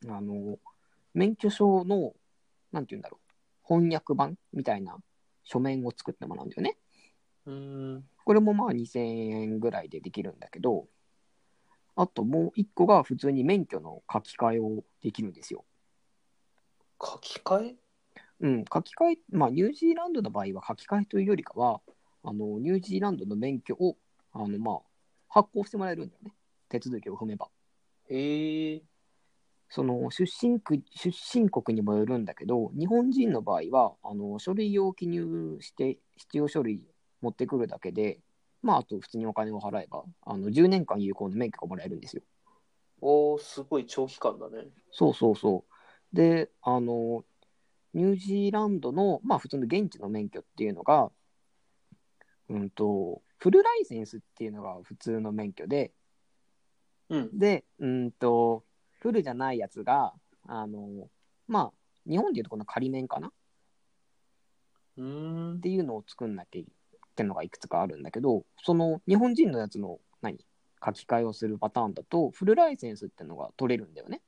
[SPEAKER 1] あの、免許証の、なんて言うんだろう、翻訳版みたいな書面を作ってもらうんだよね。
[SPEAKER 2] うん。
[SPEAKER 1] これもまあ2000円ぐらいでできるんだけど、あともう一個が普通に免許の書き換えをできるんですよ。
[SPEAKER 2] 書き換え
[SPEAKER 1] うん、書き換え、まあ、ニュージーランドの場合は書き換えというよりかは、あのニュージーランドの免許をあの、まあ、発行してもらえるんだよね、手続きを踏めば。
[SPEAKER 2] へえ。
[SPEAKER 1] その出身区出身国にもよるんだけど、日本人の場合は、あの書類を記入して、必要書類持ってくるだけで、まあ、あと普通にお金を払えば、あの10年間有効の免許がもらえるんですよ。
[SPEAKER 2] おおすごい長期間だね。
[SPEAKER 1] そうそうそう。で、あの、ニュージーランドの、まあ普通の現地の免許っていうのが、うんと、フルライセンスっていうのが普通の免許で、
[SPEAKER 2] うん。
[SPEAKER 1] で、うんと、フルじゃないやつが、あの、まあ、日本でいうとこの仮免かなっ
[SPEAKER 2] うーん
[SPEAKER 1] ていうのを作んなきゃいけないのがいくつかあるんだけど、その日本人のやつの何書き換えをするパターンだと、フルライセンスってのが取れるんだよね。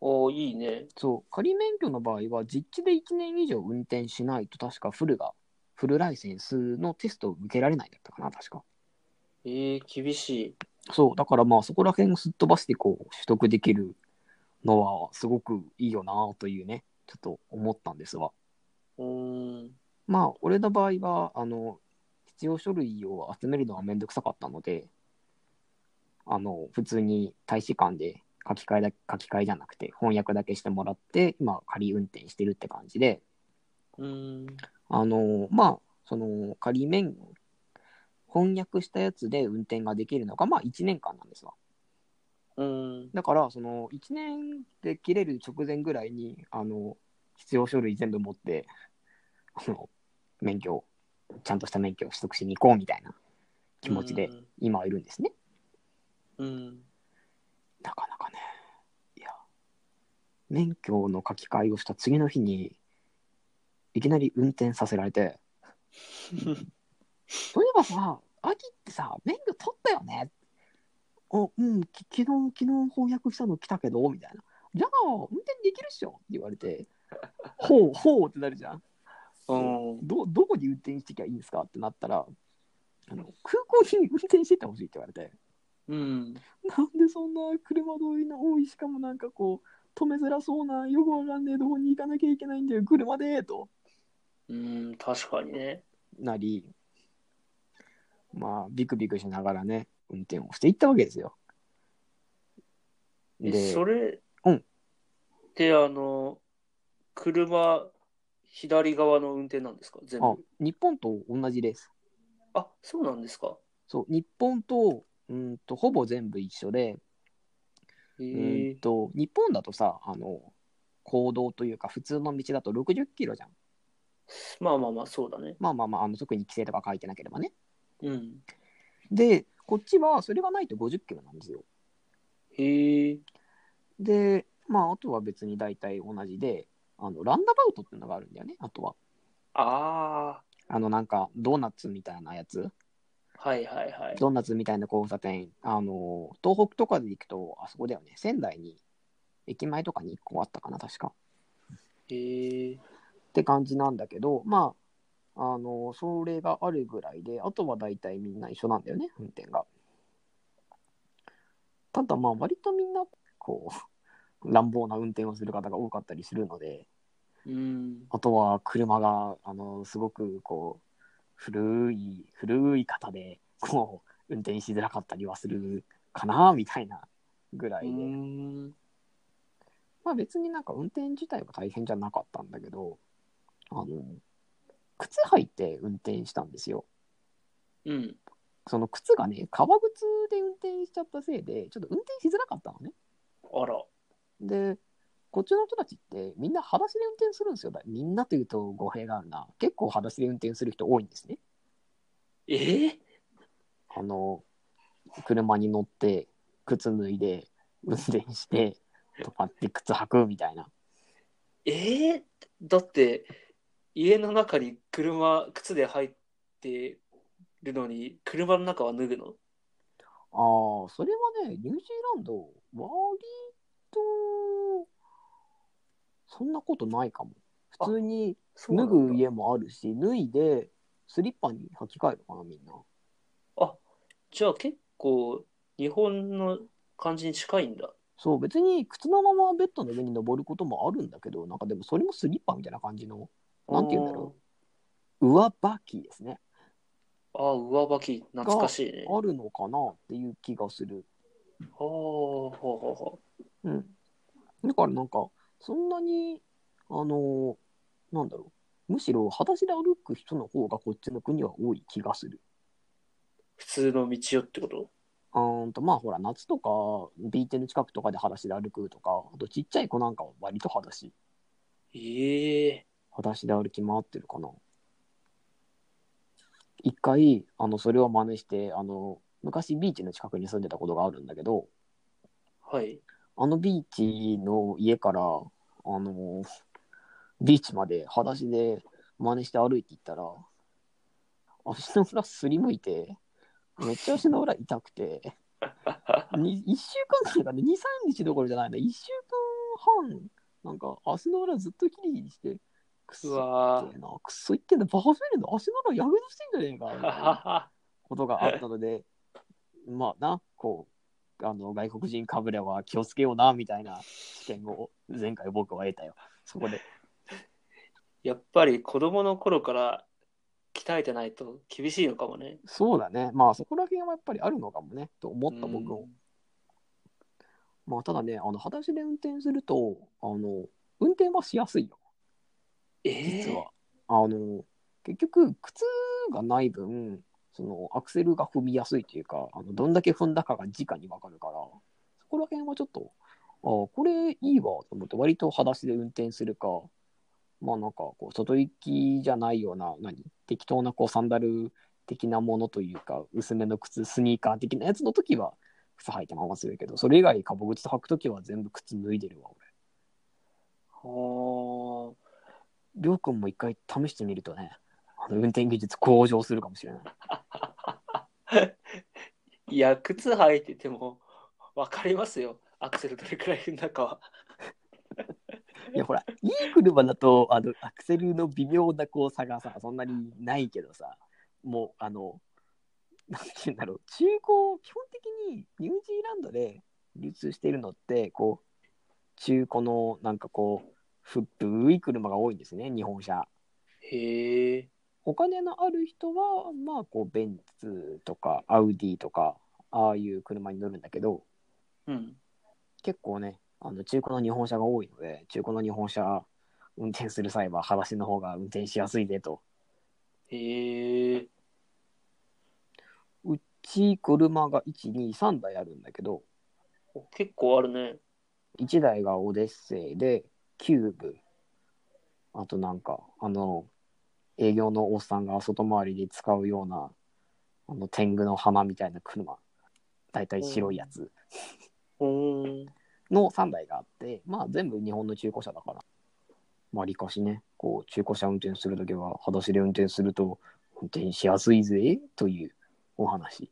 [SPEAKER 2] おおいいね。
[SPEAKER 1] そう、仮免許の場合は、実地で1年以上運転しないと、確かフルが、フルライセンスのテストを受けられないだったかな、確か。
[SPEAKER 2] ええ厳しい。
[SPEAKER 1] そう、だからまあ、そこら辺をすっ飛ばして、こう、取得できるのは、すごくいいよな、というね、ちょっと思ったんですわ。
[SPEAKER 2] うーん。
[SPEAKER 1] まあ、俺の場合は、あの、必要書類を集めるのはめんどくさかったので、あの、普通に大使館で書き換えだ、書き換えじゃなくて、翻訳だけしてもらって、今、仮運転してるって感じで、
[SPEAKER 2] うーん。
[SPEAKER 1] あのまあその仮免翻訳したやつで運転ができるのがまあ1年間なんですわ
[SPEAKER 2] うーん。
[SPEAKER 1] だからその1年で切れる直前ぐらいにあの必要書類全部持ってあの免許をちゃんとした免許を取得しに行こうみたいな気持ちで今はいるんですね
[SPEAKER 2] うん。
[SPEAKER 1] なかなかねいや免許の書き換えをした次の日にいきなり運転させられて
[SPEAKER 2] うん。
[SPEAKER 1] そういえばさ、秋ってさ、免許取ったよね。おうん、き昨日、昨日翻訳したの来たけど、みたいな。じゃあ、運転できるっしょって言われて、ほう、ほうってなるじゃん。
[SPEAKER 2] うん。
[SPEAKER 1] ど、どこに運転してきゃいいんですかってなったら、あの空港に運転してってほしいって言われて、
[SPEAKER 2] うん。
[SPEAKER 1] なんでそんな車通りの多い、しかもなんかこう、止めづらそうな、よくわかんねえとこに行かなきゃいけないんだよ、車で、と。
[SPEAKER 2] うん。確かにね。
[SPEAKER 1] なり、まあ、ビクビクしながらね、運転をしていったわけですよ。
[SPEAKER 2] え
[SPEAKER 1] で、
[SPEAKER 2] それ、
[SPEAKER 1] うん。
[SPEAKER 2] で、あの、車、左側の運転なんですか全
[SPEAKER 1] あ
[SPEAKER 2] 部。
[SPEAKER 1] 日本と同じです。
[SPEAKER 2] あ、そうなんですか。
[SPEAKER 1] そう、日本と、うんと、ほぼ全部一緒で、
[SPEAKER 2] へ
[SPEAKER 1] うん
[SPEAKER 2] え。
[SPEAKER 1] と、日本だとさ、あの、行動というか、普通の道だと60キロじゃん。
[SPEAKER 2] まあまあまあ、そうだね。
[SPEAKER 1] まあまあまあ、あの特に規制とか書いてなければね。
[SPEAKER 2] うん。
[SPEAKER 1] で、こっちはそれがないと50キロなんですよ。
[SPEAKER 2] へえ。
[SPEAKER 1] で、まあ、あとは別に大体同じで、あの、ランダバウトっていうのがあるんだよね、あとは。
[SPEAKER 2] あ
[SPEAKER 1] あのなんかドーナツみたいなやつ
[SPEAKER 2] あ。はいはいはい。
[SPEAKER 1] ドーナツみたいな交差点あの東北とかで行くとあそこだよね仙台に駅前とかに1個あったかな確か
[SPEAKER 2] へえ。
[SPEAKER 1] って感じなんだけどまああのそれがあるぐらいであとは大体みんな一緒なんだよね運転がただまあ割とみんなこう 乱暴な運転をする方が多かったりするので
[SPEAKER 2] うん。
[SPEAKER 1] あとは車が、あの、すごくこう、古い、古い方で、こう、運転しづらかったりはするかな、みたいなぐら
[SPEAKER 2] う
[SPEAKER 1] いで。
[SPEAKER 2] ん。
[SPEAKER 1] まあ別になんか運転自体は大変じゃなかったんだけど、あの、靴履いて運転したんですよ。
[SPEAKER 2] うん。
[SPEAKER 1] その靴がね、革靴で運転しちゃったせいで、ちょっと運転しづらかったのね。
[SPEAKER 2] あら。
[SPEAKER 1] で、こっちの人たちってみんな裸足で運転するんですよ。だみんなというと語弊があるな。結構裸足で運転する人多いんですね。
[SPEAKER 2] えー
[SPEAKER 1] あの、車に乗って、靴脱いで、運転して、止まって靴履くみたいな。
[SPEAKER 2] えーだって、家の中に車、靴で入ってるのに、車の中は脱ぐの
[SPEAKER 1] ああ、それはね、ニュージーランド、割と、そんなことないかも。
[SPEAKER 2] あ
[SPEAKER 1] 普通に
[SPEAKER 2] そうな
[SPEAKER 1] 脱
[SPEAKER 2] んだ
[SPEAKER 1] ぐ家もあるし、脱いで、スリッパに履き替えるかな、みんな。
[SPEAKER 2] あ、じゃあ結構、日本の感じに近いんだ。
[SPEAKER 1] そう、別に靴のままベッドの上に登ることもあるんだけど、なんかでもそれもスリッパみたいな感じの、なんて言うんだろう、上履きですね。
[SPEAKER 2] あーあー、上履き、懐かしいね。あ
[SPEAKER 1] あるのかなっていう気がする。
[SPEAKER 2] あ、ほうほうほ
[SPEAKER 1] うん。だからなんか、そんなに、あの、なんだろう、むしろ裸足で歩く人の方がこっちの国は多い気がする。
[SPEAKER 2] う普通の道よってこと
[SPEAKER 1] うーんと、まあほら、夏とか、ビーチの近くとかで裸足で歩くとか、あとちっちゃい子なんかは割と裸足、
[SPEAKER 2] ええ
[SPEAKER 1] 裸足で歩き回ってるかな。一回、あの、それを真似して、あの、昔ビーチの近くに住んでたことがあるんだけど、
[SPEAKER 2] はい。
[SPEAKER 1] あのビーチの家から、あの、ビーチまで裸足で真似して歩いていったら、足の裏すりむいて、めっちゃ足の裏痛くて、に1週間くらいかね、2、3日どころじゃないな、1週間半、なんか足の裏ずっとキリキリして、く
[SPEAKER 2] う
[SPEAKER 1] そ
[SPEAKER 2] わ
[SPEAKER 1] ってえな、くそ言ってんだ、バフェルの足の裏やけどしてんじゃねえかみたいな。
[SPEAKER 2] ー
[SPEAKER 1] ことがあったので、 まあな、こう、あの外国人かぶれは気をつけようなみたいな試験を前回僕は得たよ。そこで。
[SPEAKER 2] やっぱり子供の頃から鍛えてないと厳しいのかもね。
[SPEAKER 1] そうだね。まあそこら辺はやっぱりあるのかもね、と思った僕も。
[SPEAKER 2] うん
[SPEAKER 1] まあただね、あの、裸足で運転すると、あの、運転はしやすいよ、
[SPEAKER 2] ええ
[SPEAKER 1] 実は。あの、結局、靴がない分、そのアクセルが踏みやすいというか、あのどんだけ踏んだかが直にわかるから、そこら辺はちょっと、あーこれいいわと思って、割と裸足で運転するか、まあなんかこう、外行きじゃないような、何、適当なこうサンダル的なものというか、薄めの靴、スニーカー的なやつの時は、靴履いてままするけど、それ以外、かぼ靴履く時は全部靴脱いでるわ、俺。
[SPEAKER 2] ほー
[SPEAKER 1] りょうくんも一回試してみるとね、あの運転技術向上するかもしれない。
[SPEAKER 2] いや、靴履いてても分かりますよ。アクセルどれくらい踏んだかは。
[SPEAKER 1] いやほら、いい車だと、あの、アクセルの微妙なこう差がさ、そんなにないけどさ、もう、あの、なんて言うんだろう、中古、基本的にニュージーランドで流通しているのって、こう、中古のなんかこう、古い車が多いんですね、日本車。
[SPEAKER 2] へえ。
[SPEAKER 1] お金のある人は、まあ、こう、ベンツとか、アウディとか、ああいう車に乗るんだけど、
[SPEAKER 2] うん。
[SPEAKER 1] 結構ね、あの中古の日本車が多いので、中古の日本車運転する際は、裸足の方が運転しやすいでと。
[SPEAKER 2] へえ。
[SPEAKER 1] うち車が1、2、3台あるんだけど、
[SPEAKER 2] お結構あるね。
[SPEAKER 1] 1台がオデッセイで、キューブ、あとなんか、あの、営業のおっさんが外回りで使うような、あの天狗の花みたいな車、だいたい白いやつ
[SPEAKER 2] ほーん。
[SPEAKER 1] の3台があって、まあ全部日本の中古車だから。まあ、りかしね、こう、中古車運転するときは、裸足で運転すると、運転しやすいぜ、というお話。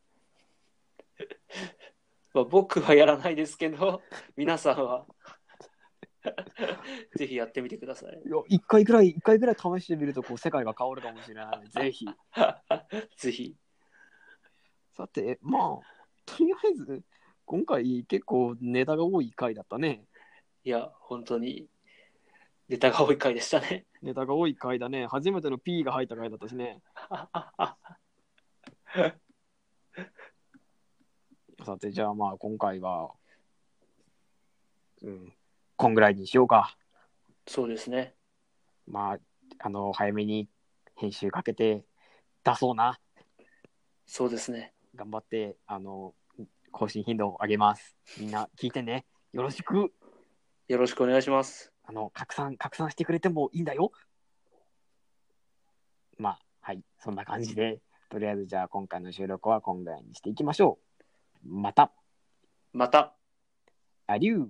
[SPEAKER 2] まあ、僕はやらないですけど、 皆さんは ぜひやってみてください。
[SPEAKER 1] いや、一回ぐらい、一回ぐらい試してみると、こう、世界が変わるかもしれない。ぜひ。
[SPEAKER 2] ぜひ。
[SPEAKER 1] さて、まあ、とりあえず、今回、結構ネタが多い回だったね。
[SPEAKER 2] いや、本当にネタが多い回でしたね。
[SPEAKER 1] ネタが多い回だね。初めての P が入った回だったしね。さて、じゃあまあ、今回は、うん、こんぐらいにしようか。
[SPEAKER 2] そうですね。
[SPEAKER 1] まあ、あの、早めに編集かけて出そうな。
[SPEAKER 2] そうですね。
[SPEAKER 1] 頑張って、あの、更新頻度を上げます。みんな聞いてね。よろしく。
[SPEAKER 2] よろしくお願いします。
[SPEAKER 1] あの、拡散、拡散してくれてもいいんだよ。まあ、はい、そんな感じで、とりあえずじゃあ今回の収録は今回にしていきましょう。また、
[SPEAKER 2] また。
[SPEAKER 1] アデュー